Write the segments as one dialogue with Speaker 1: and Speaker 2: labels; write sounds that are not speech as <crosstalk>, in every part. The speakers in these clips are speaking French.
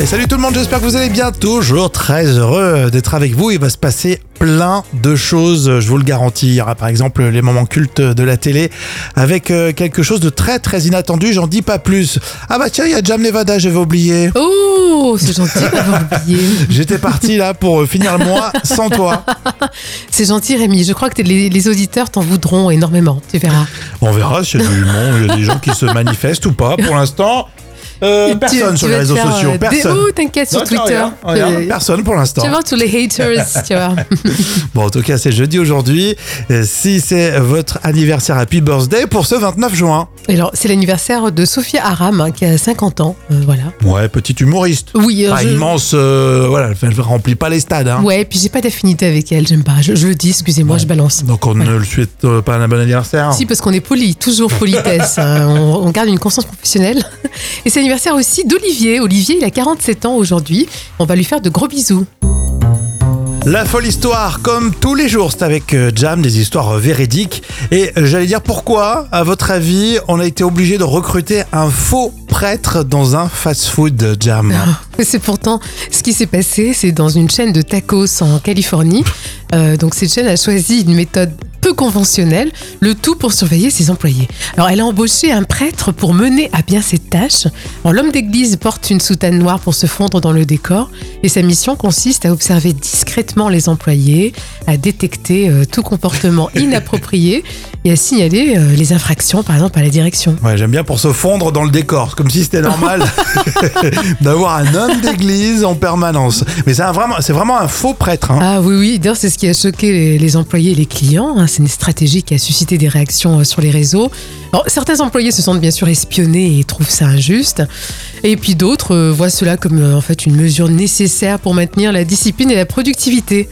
Speaker 1: Et salut tout le monde, j'espère que vous allez bien. Toujours très heureux d'être avec vous. Il va se passer plein de choses, je vous le garantis. Il y aura par exemple les moments cultes de la télé avec euh, quelque chose de très très inattendu. J'en dis pas plus. Ah bah tiens, il y a Jam Nevada, j'avais oublié.
Speaker 2: Oh, c'est gentil
Speaker 1: <laughs>
Speaker 2: d'avoir oublié.
Speaker 1: J'étais parti là pour euh, finir le mois sans toi.
Speaker 2: C'est gentil, Rémi. Je crois que t'es- les, les auditeurs t'en voudront énormément. Tu verras.
Speaker 1: On verra s'il y a du monde, il y a des gens qui se manifestent ou pas. Pour l'instant, euh,
Speaker 2: Tu-
Speaker 1: personne
Speaker 2: tu
Speaker 1: sur les
Speaker 2: vas te
Speaker 1: réseaux
Speaker 2: faire,
Speaker 1: sociaux.
Speaker 2: euh, des-
Speaker 1: Personne.
Speaker 2: Oh, t'inquiète, sur
Speaker 1: Non, tiens,
Speaker 2: Twitter.
Speaker 1: regarde, regarde,
Speaker 2: Euh,
Speaker 1: personne pour l'instant.
Speaker 2: Tu vas voir tous
Speaker 1: <laughs>
Speaker 2: les haters, tu vois.
Speaker 1: Bon, en tout cas, c'est jeudi aujourd'hui. Euh, Si c'est votre anniversaire, happy birthday pour ce 29 juin.
Speaker 2: Et alors, c'est l'anniversaire de Sophia Aram, hein, qui a 50 ans. Euh, voilà.
Speaker 1: Ouais, petite humoriste.
Speaker 2: Oui, euh,
Speaker 1: Pas
Speaker 2: je-
Speaker 1: immense, euh, voilà, elle ne remplit pas les stades. Ah, hein.
Speaker 2: Ouais, puis j'ai pas d'affinité avec elle, j'aime pas. Je, je le dis, excusez-moi, je balance.
Speaker 1: Donc on ne le souhaite euh, pas un bon anniversaire.
Speaker 2: Si, parce qu'on est poli, toujours
Speaker 1: <laughs>
Speaker 2: politesse. hein. on, on garde une conscience professionnelle. Et c'est l'anniversaire aussi d'Olivier. Olivier, il a 47 ans aujourd'hui. On va lui faire de gros bisous.
Speaker 1: La folle histoire, comme tous les jours, c'est avec euh, Jam, des histoires euh, véridiques. Et euh, j'allais dire pourquoi, à votre avis, on a été obligé de recruter un faux prêtre dans un fast-food, euh,
Speaker 2: <laughs>
Speaker 1: Jam.
Speaker 2: Mais C'est pourtant ce qui s'est passé, c'est dans une chaîne de tacos en Californie. Euh, donc cette chaîne a choisi une méthode peu conventionnelle, le tout pour surveiller ses employés. Alors elle a embauché un prêtre pour mener à bien ses tâches. Alors l'homme d'église porte une soutane noire pour se fondre dans le décor et sa mission consiste à observer discrètement les employés, à détecter euh, tout comportement inapproprié et à signaler euh, les infractions par exemple à la direction.
Speaker 1: Ouais, j'aime bien pour se fondre dans le décor, comme si c'était
Speaker 2: <laughs>
Speaker 1: normal <laughs> d'avoir un homme d'église en permanence. Mais c'est un vraiment, c'est vraiment un faux prêtre. hein.
Speaker 2: Ah oui, oui, d'ailleurs, c'est ce qui a choqué les, les employés et les clients. hein. C'est une stratégie qui a suscité des réactions euh, sur les réseaux. Alors, certains employés se sentent bien sûr espionnés et trouvent ça injuste. Et puis d'autres euh, voient cela comme euh, en fait une mesure nécessaire pour maintenir la discipline et la productivité.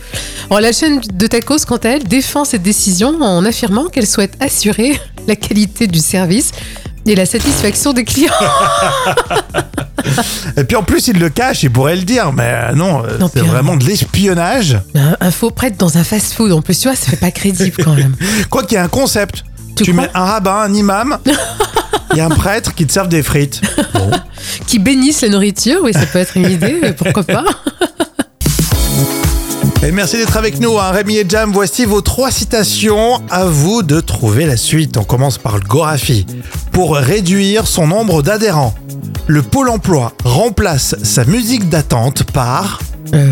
Speaker 2: Alors, la chaîne de tacos, quant à elle, défend cette décision en affirmant qu'elle souhaite assurer <laughs> la qualité du service et la satisfaction des clients. <laughs>
Speaker 1: Et puis en plus, il le cache, il pourrait le dire, mais euh, non, euh,
Speaker 2: Ah. Non,
Speaker 1: c'est
Speaker 2: puis, euh,
Speaker 1: vraiment de l'espionnage.
Speaker 2: Un, un faux prêtre dans un fast-food, en plus, tu vois, ça fait pas crédible quand même.
Speaker 1: Quoi qu'il y ait un concept,
Speaker 2: Tu
Speaker 1: tu
Speaker 2: crois
Speaker 1: mets un rabbin, un
Speaker 2: <laughs>
Speaker 1: imam, et un prêtre qui te servent des frites. Bon.
Speaker 2: qui bénissent la nourriture, oui, ça peut être une idée, euh, pourquoi pas.
Speaker 1: Et merci d'être avec nous, hein, Rémi et Jam. Voici vos trois citations. À vous de trouver la suite. On commence par le Gorafi. Pour réduire son nombre d'adhérents, le Pôle emploi remplace sa musique d'attente par.
Speaker 2: Euh,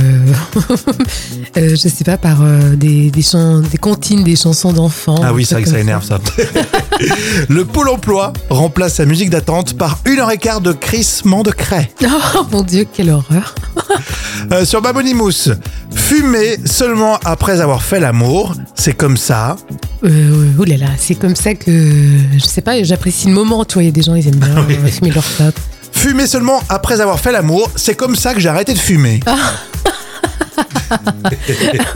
Speaker 2: <laughs> euh, je sais pas, par euh, des, des, chans- des comptines, des chansons d'enfants.
Speaker 1: Ah oui,
Speaker 2: des
Speaker 1: c'est vrai
Speaker 2: trucs
Speaker 1: que ça
Speaker 2: comme
Speaker 1: énerve ça. le Pôle emploi remplace sa musique d'attente par une heure et quart de crissement de craie.
Speaker 2: <laughs> Oh mon dieu, quelle horreur.
Speaker 1: Euh, sur Babonimous, fumer seulement après avoir fait l'amour, c'est comme ça.
Speaker 2: Euh, oh là là, c'est comme ça que, je sais pas, j'apprécie le moment, tu vois, il y a des gens, ils aiment
Speaker 1: Ah
Speaker 2: bien euh, fumer leur clope.
Speaker 1: Fumer seulement après avoir fait l'amour, c'est comme ça que j'ai arrêté de fumer.
Speaker 2: <laughs> Ah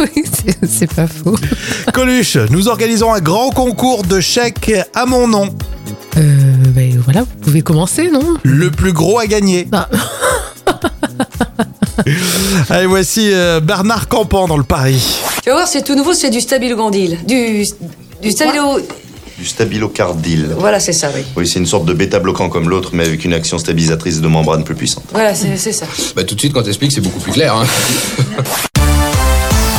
Speaker 2: oui, c'est- c'est pas faux.
Speaker 1: Coluche, nous organisons un grand concours de chèques à mon nom.
Speaker 2: Euh, ben voilà, vous pouvez commencer, non
Speaker 1: Le plus gros à gagner.
Speaker 2: Ah.
Speaker 1: <laughs> Allez, voici euh, Bernard Campan dans le Paris.
Speaker 3: Tu vas voir, c'est tout nouveau, c'est du stabilo-gondil. Du, du stabilo...
Speaker 4: Du stabilocardyle.
Speaker 3: Voilà, c'est ça, oui.
Speaker 4: Oui, c'est une sorte de bêta-bloquant comme l'autre, mais avec une action stabilisatrice de membrane plus puissante.
Speaker 3: Voilà, c'est c'est ça.
Speaker 5: Bah tout de suite quand t'expliques c'est beaucoup plus clair. Hein.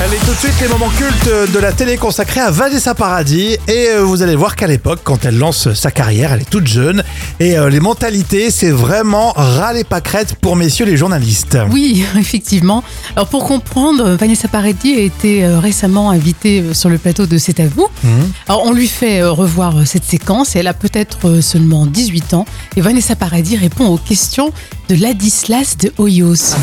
Speaker 1: Allez, tout de suite, les moments cultes de la télé consacrés à Vanessa Paradis. Et euh, vous allez voir qu'à l'époque, quand elle lance sa carrière, elle est toute jeune. Et euh, les mentalités, c'est vraiment ras les pâquerettes pour messieurs les journalistes.
Speaker 2: Oui, <laughs> effectivement. Alors pour comprendre, Vanessa Paradis a été euh, récemment invitée euh, sur le plateau de C'est à vous.
Speaker 1: Mhm.
Speaker 2: Alors on lui fait euh, revoir euh, cette séquence et elle a peut-être euh, seulement 18 ans. Et Vanessa Paradis répond aux questions de Ladislas de
Speaker 1: Ah,
Speaker 2: Hoyos.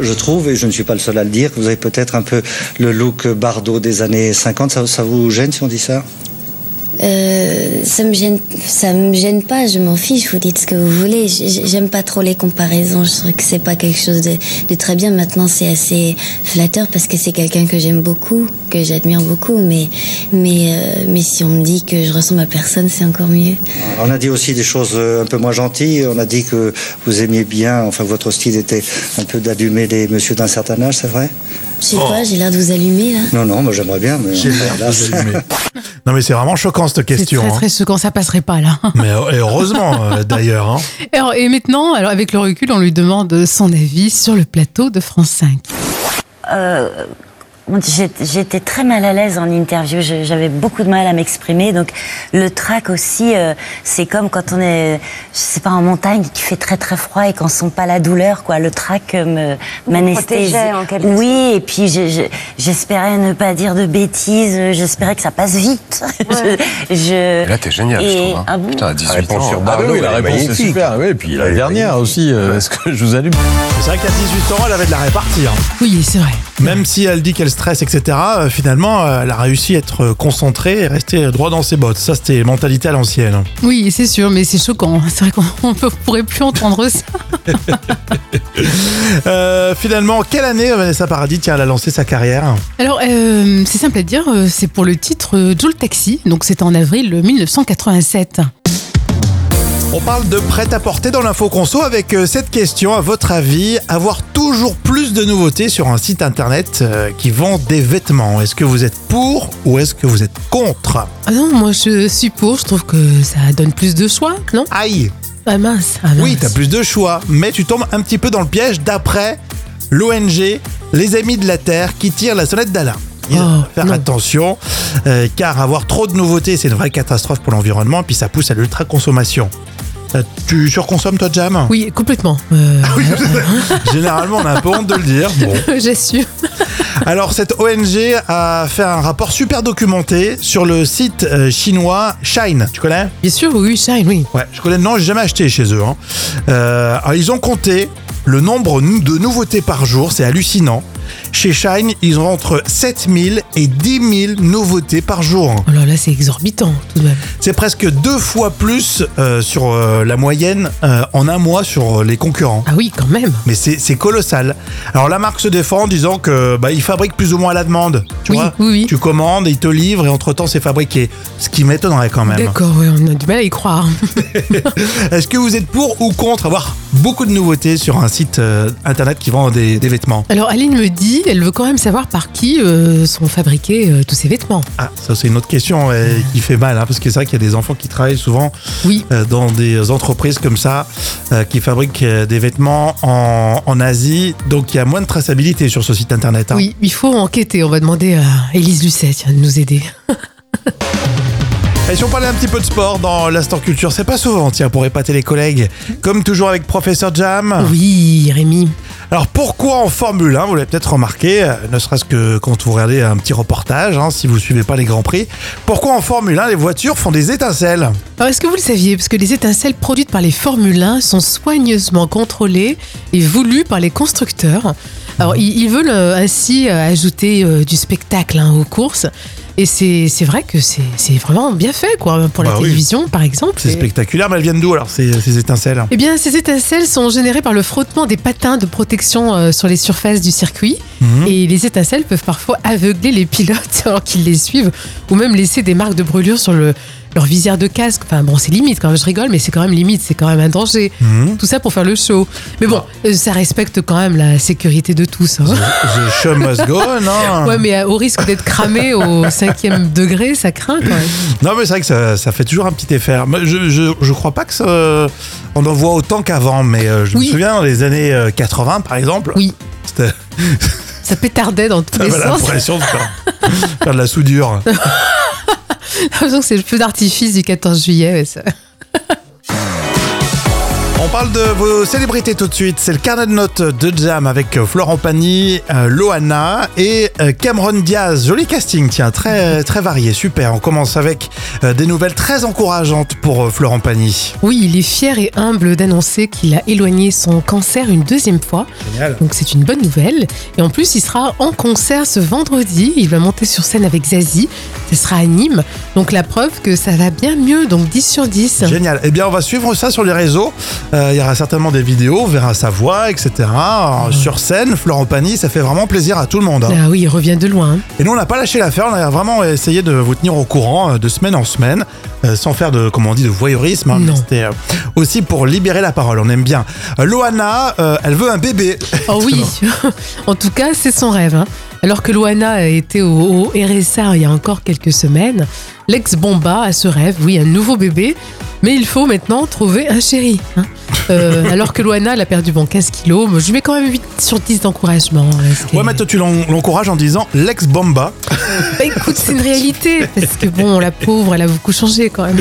Speaker 6: Je trouve, et je ne suis pas le seul à le dire, que vous avez peut-être un peu le look Bardot des années 50. Ça, ça vous gêne si on dit ça
Speaker 7: Euh, ça me gêne, ça me gêne pas. Je m'en fiche. Vous dites ce que vous voulez. J- j- J'aime pas trop les comparaisons. Je trouve que c'est pas quelque chose de, de très bien. Maintenant, c'est assez flatteur parce que c'est quelqu'un que j'aime beaucoup, que j'admire beaucoup. Mais, mais, euh, mais si on me dit que je ressemble à personne, c'est encore mieux.
Speaker 6: On a dit aussi des choses euh, un peu moins gentilles. On a dit que vous aimiez bien, enfin votre style était un peu d'allumer les messieurs d'un certain âge, c'est vrai
Speaker 7: Je sais pas, j'ai l'air de vous allumer là.
Speaker 6: Non, non, moi j'aimerais bien, mais
Speaker 1: J'ai l'air
Speaker 6: là,
Speaker 1: de vous <laughs> allumer. Non mais c'est vraiment choquant cette
Speaker 2: C'est
Speaker 1: question.
Speaker 2: très
Speaker 1: hein.
Speaker 2: très choquant, ça passerait pas là. <laughs>
Speaker 1: Mais euh, et heureusement euh, d'ailleurs. hein.
Speaker 2: Alors, et maintenant, alors avec le recul, on lui demande son avis sur le plateau de France 5.
Speaker 8: J'étais j'étais très mal à l'aise en interview, je- j'avais beaucoup de mal à m'exprimer. Donc le trac aussi, euh, c'est comme quand on est, je sais pas, en montagne, qui fait très très froid et qu'on sent pas la douleur, quoi. Le trac euh, me
Speaker 7: Vous
Speaker 8: m'anesthésie.
Speaker 7: protégeait, en quelque
Speaker 8: Oui, et puis j'ai- j'ai- j'espérais ne pas dire de bêtises, euh, j'espérais que ça passe vite. <laughs> je, je-
Speaker 9: Là, t'es génial, je
Speaker 8: Et-
Speaker 9: trouve. hein.
Speaker 8: ah bon
Speaker 9: Putain, à 18
Speaker 10: réponse
Speaker 9: ans.
Speaker 10: sur
Speaker 9: ah,
Speaker 10: Bardo,
Speaker 9: oui, oui,
Speaker 10: elle
Speaker 9: la
Speaker 10: est
Speaker 9: réponse est
Speaker 10: magnifique.
Speaker 9: super. Oui, et puis la
Speaker 10: Elle est
Speaker 9: dernière aussi, euh, est-ce que je vous allume
Speaker 1: C'est vrai qu'à 18 ans elle avait de la répartir.
Speaker 2: Oui, c'est vrai.
Speaker 1: Même si elle dit qu'elle stresse, etc., euh, finalement, euh, elle a réussi à être concentrée et rester droit dans ses bottes. Ça, c'était mentalité à l'ancienne.
Speaker 2: Oui, c'est sûr, mais c'est choquant. <laughs> C'est vrai qu'on ne pourrait plus entendre ça.
Speaker 1: Euh, finalement, quelle année euh, Vanessa Paradis tiens, elle a lancé sa carrière
Speaker 2: Alors, euh, c'est simple à dire, euh, c'est pour le titre euh, Joule Taxi, donc c'était en avril 1987.
Speaker 1: On parle de prêt-à-porter dans l'info conso avec euh, cette question. À votre avis, avoir toujours plus de nouveautés sur un site internet euh, qui vend des vêtements, est-ce que vous êtes pour ou est-ce que vous êtes contre
Speaker 2: Ah non, moi je suis pour, je trouve que ça donne plus de choix, non
Speaker 1: Aïe
Speaker 2: Ah mince, ah mince.
Speaker 1: Oui, t'as plus de choix, mais tu tombes un petit peu dans le piège d'après l'ONG, les Amis de la Terre, qui tirent la sonnette d'alarme. Ils
Speaker 2: Oh,
Speaker 1: doivent faire
Speaker 2: non.
Speaker 1: attention, euh, car avoir trop de nouveautés, c'est une vraie catastrophe pour l'environnement, puis ça pousse à l'ultra-consommation. Euh, tu surconsommes, toi, Jam
Speaker 2: Oui, complètement. <laughs> Euh,
Speaker 1: <laughs> Généralement, on a un peu honte de le dire. Bon.
Speaker 2: J'assume.
Speaker 1: Alors, cette ONG a fait un rapport super documenté sur le site euh, chinois Shine. Tu connais
Speaker 2: Bien sûr, oui, Shine, oui.
Speaker 1: Ouais, je connais le nom, j'ai jamais acheté chez eux. hein. Euh, alors, ils ont compté le nombre nou- de nouveautés par jour, c'est hallucinant. Chez Shine, ils ont entre 7000 et 10 000 nouveautés par jour. hein.
Speaker 2: Oh là là, c'est exorbitant tout de même.
Speaker 1: C'est presque deux fois plus euh, sur euh, la moyenne euh, en un mois sur euh, les concurrents.
Speaker 2: Ah oui, quand même.
Speaker 1: Mais c'est c'est colossal. Alors la marque se défend en disant que bah, ils fabriquent plus ou moins à la demande. Tu
Speaker 2: Oui,
Speaker 1: vois,
Speaker 2: oui, oui.
Speaker 1: tu commandes, ils te livrent et entre temps c'est fabriqué. Ce qui m'étonnerait quand même.
Speaker 2: D'accord, ouais, on a du mal à y croire.
Speaker 1: Est-ce que vous êtes pour ou contre avoir beaucoup de nouveautés sur un site euh, internet qui vend des, des vêtements
Speaker 2: Alors Aline me dit, elle veut quand même savoir par qui euh, sont fabriqués euh, tous ces vêtements.
Speaker 1: Ah, ça c'est une autre question ouais, qui fait mal, hein, parce que c'est vrai qu'il y a des enfants qui travaillent souvent
Speaker 2: Oui.
Speaker 1: euh, dans des entreprises comme ça, euh, qui fabriquent euh, des vêtements en, en Asie, donc il y a moins de traçabilité sur ce site internet. hein.
Speaker 2: Oui, il faut enquêter. On va demander à Élise Lucet tiens, de nous aider.
Speaker 1: Et si on parlait un petit peu de sport dans l'instant culture, c'est pas souvent, tiens, pour épater les collègues, comme toujours avec Professeur Jam.
Speaker 2: Oui, Rémi.
Speaker 1: Alors pourquoi en Formule 1 Vous l'avez peut-être remarqué, euh, ne serait-ce que quand vous regardez un petit reportage, hein, si vous suivez pas les grands prix. Pourquoi en Formule 1 les voitures font des étincelles
Speaker 2: Alors, est-ce que vous le saviez Parce que les étincelles produites par les Formule 1 sont soigneusement contrôlées et voulues par les constructeurs. Alors, ils, ils veulent euh, ainsi euh, ajouter euh, du spectacle hein, aux courses. Et c'est c'est vrai que c'est c'est vraiment bien fait, quoi. Pour la
Speaker 1: Bah oui.
Speaker 2: télévision, par exemple.
Speaker 1: C'est
Speaker 2: Et-
Speaker 1: spectaculaire, mais elles viennent d'où alors ces, ces étincelles
Speaker 2: Eh bien, ces étincelles sont générées par le frottement des patins de protection euh, sur les surfaces du circuit.
Speaker 1: Mhm.
Speaker 2: Et les étincelles peuvent parfois aveugler les pilotes <laughs> alors qu'ils les suivent ou même laisser des marques de brûlure sur le, leur visière de casque. Enfin, bon, c'est limite quand même, je rigole, mais c'est quand même limite, c'est quand même un danger.
Speaker 1: Mhm.
Speaker 2: Tout ça pour faire le show. Mais bon, euh, ça respecte quand même la sécurité de tous. hein.
Speaker 1: The show must <laughs> go, non
Speaker 2: Ouais, mais euh, au risque d'être cramé au
Speaker 1: <laughs>
Speaker 2: cinquième degré, ça craint quand même.
Speaker 1: Non, mais c'est vrai que ça, ça fait toujours un petit effet. Mais Je, je, je crois pas que ça, on en voit autant qu'avant, mais euh, je me
Speaker 2: Oui.
Speaker 1: souviens dans les années euh, 80 par exemple.
Speaker 2: Oui.
Speaker 1: C'était-
Speaker 2: Ça pétardait dans tous les
Speaker 1: T'avais
Speaker 2: sens. <laughs>
Speaker 1: l'impression de faire, faire de la soudure.
Speaker 2: Donc c'est le feu d'artifice du 14 juillet. ouais, ça.
Speaker 1: On parle de vos célébrités tout de suite. C'est le carnet de notes de Jam avec euh, Florent Pagny, euh, Loana et euh, Cameron Diaz. Joli casting, tiens, très, très varié, super. On commence avec euh, des nouvelles très encourageantes pour euh, Florent Pagny.
Speaker 2: Oui, il est fier et humble d'annoncer qu'il a éloigné son cancer une deuxième fois.
Speaker 1: Génial.
Speaker 2: Donc c'est une bonne nouvelle. Et en plus, il sera en concert ce vendredi. Il va monter sur scène avec Zazie. Ce sera à Nîmes. Donc la preuve que ça va bien mieux. Donc 10 sur 10.
Speaker 1: Génial. Eh bien, on va suivre ça sur les réseaux. Euh, Il y aura certainement des vidéos, on verra sa voix, etc. Alors, Sur scène, Florent Pagny, ça fait vraiment plaisir à tout le monde. hein.
Speaker 2: Ah oui, il revient de loin.
Speaker 1: Et nous, on n'a pas lâché l'affaire, on a vraiment essayé de vous tenir au courant euh, de semaine en semaine, euh, sans faire de, comme on dit, de voyeurisme. hein, mais
Speaker 2: Non.
Speaker 1: C'était euh, aussi pour libérer la parole, on aime bien. <laughs> Euh, Loana, euh, elle veut un bébé.
Speaker 2: <laughs> Oh oui, en tout cas, c'est son rêve. hein. Alors que Loana a été au, au RSA il y a encore quelques semaines, l'ex-bomba a ce rêve, oui, un nouveau bébé, mais il faut maintenant trouver un chéri. hein.
Speaker 1: <laughs>
Speaker 2: Euh, alors que Loana, elle a perdu bon 15 kilos, mais je mets quand même 8 sur 10 d'encouragement. hein, parce que-
Speaker 1: Ouais, mais toi, tu l'en- l'encourages en disant l'ex-bomba.
Speaker 2: Bah, <laughs> écoute, c'est une réalité, parce que bon, la pauvre, elle a beaucoup changé quand même.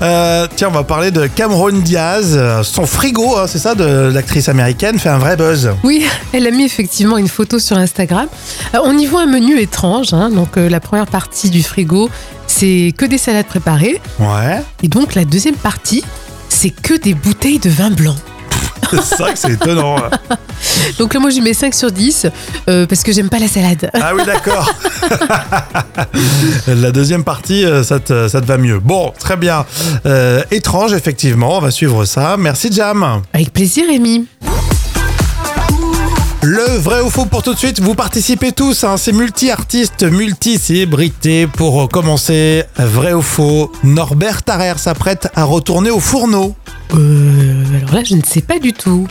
Speaker 1: Euh, tiens, on va parler de Cameron Diaz. Euh, Son frigo, hein, c'est ça, de l'actrice américaine, fait un vrai buzz.
Speaker 2: Oui, elle a mis effectivement une photo sur Instagram. Euh, on y voit un menu étrange. hein. donc euh, la première partie du frigo, c'est que des salades préparées.
Speaker 1: Ouais,
Speaker 2: Et donc la deuxième partie, c'est que des bouteilles de vin blanc.
Speaker 1: c'est ça que c'est étonnant. hein.
Speaker 2: Donc là, moi, je lui mets 5 sur 10 euh, parce que j'aime pas la salade.
Speaker 1: Ah oui, d'accord. <laughs> La deuxième partie, euh, ça te, ça te va mieux. Bon, très bien. Euh, étrange, effectivement, on va suivre ça. Merci, Jam.
Speaker 2: Avec plaisir, Rémi.
Speaker 1: Le vrai ou faux pour tout de suite, vous participez tous, hein, c'est multi-artistes, multi-célébrités. Pour commencer, vrai ou faux, Norbert Tarrer s'apprête à retourner au fourneau.
Speaker 2: Euh, alors là, je ne sais pas du tout.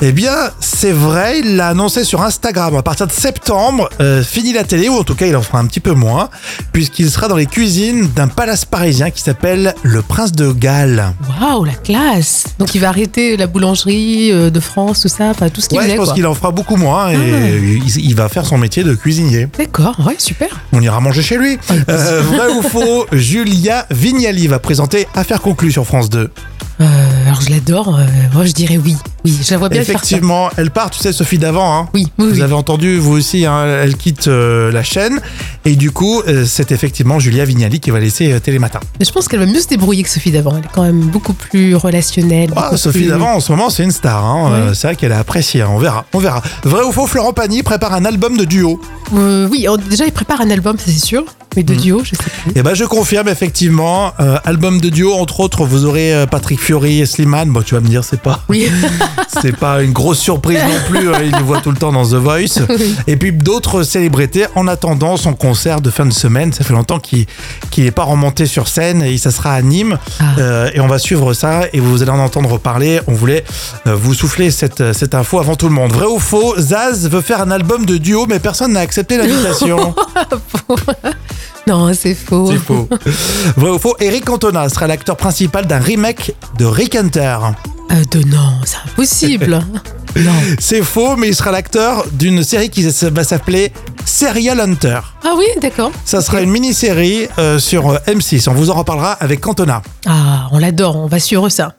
Speaker 1: Eh bien, c'est vrai, il l'a annoncé sur Instagram. À partir de septembre, euh, fini la télé, ou en tout cas, il en fera un petit peu moins, puisqu'il sera dans les cuisines d'un palace parisien qui s'appelle le Prince de Galles.
Speaker 2: Waouh, la classe. Donc il va arrêter la boulangerie euh, de France, tout ça, enfin tout ce qu'il
Speaker 1: Ouais, je
Speaker 2: faisait,
Speaker 1: pense
Speaker 2: quoi.
Speaker 1: qu'il en fera beaucoup moins et
Speaker 2: Ah.
Speaker 1: il, il va faire son métier de cuisinier.
Speaker 2: D'accord, ouais, super.
Speaker 1: On ira manger chez lui.
Speaker 2: Ah,
Speaker 1: Euh, vrai ou
Speaker 2: <laughs>
Speaker 1: faux, Julia Vignali va présenter Affaire conclue sur France 2.
Speaker 2: Euh, alors je l'adore. euh, moi, je dirais oui. Oui, je la vois bien faire ça.
Speaker 1: Effectivement, elle part, tu sais, Sophie d'avant. hein.
Speaker 2: Oui, oui,
Speaker 1: Vous
Speaker 2: oui.
Speaker 1: avez entendu, vous aussi, hein, elle quitte euh, la chaîne. Et du coup, euh, c'est effectivement Julia Vignali qui va laisser euh, Télématin.
Speaker 2: Mais Je pense qu'elle va mieux se débrouiller que Sophie d'avant. Elle est quand même beaucoup plus relationnelle.
Speaker 1: Ah,
Speaker 2: beaucoup
Speaker 1: Sophie
Speaker 2: plus-
Speaker 1: d'avant, en ce moment, c'est une star. hein. Euh, c'est vrai qu'elle a apprécié. hein. On verra, on verra. Vrai ou faux, Florent Pagny prépare un album de duo.
Speaker 2: Euh, oui, alors, déjà, il prépare un album, ça, c'est sûr. Mais
Speaker 1: Mhm.
Speaker 2: de duo, je sais plus.
Speaker 1: Et ben, je confirme effectivement, euh, album de duo. Entre autres, vous aurez euh, Patrick Fiori et Slimane. Bon, tu vas me dire, c'est pas,
Speaker 2: Oui,
Speaker 1: c'est pas une grosse surprise non plus. hein. Il le voit tout le temps dans The Voice.
Speaker 2: Oui.
Speaker 1: Et puis d'autres célébrités en attendant son concert de fin de semaine. Ça fait longtemps qu'il qu'il n'est pas remonté sur scène et ça sera à Nîmes.
Speaker 2: Ah.
Speaker 1: Euh, et on va suivre ça et vous allez en entendre parler. On voulait euh, vous souffler cette, cette info avant tout le monde. Vrai ou faux, Zaz veut faire un album de duo mais personne n'a accepté l'invitation.
Speaker 2: non, c'est faux.
Speaker 1: C'est faux. Vrai ou faux, Eric Cantona sera l'acteur principal d'un remake de Rick Hunter.
Speaker 2: Euh, de non, c'est
Speaker 1: <laughs>
Speaker 2: impossible. non.
Speaker 1: C'est faux mais il sera l'acteur d'une série qui va s'appeler Serial Hunter.
Speaker 2: Ah oui, d'accord.
Speaker 1: Ça sera une mini-série euh, sur euh, M6. On vous en reparlera avec Cantona.
Speaker 2: Ah, on l'adore, on va suivre ça.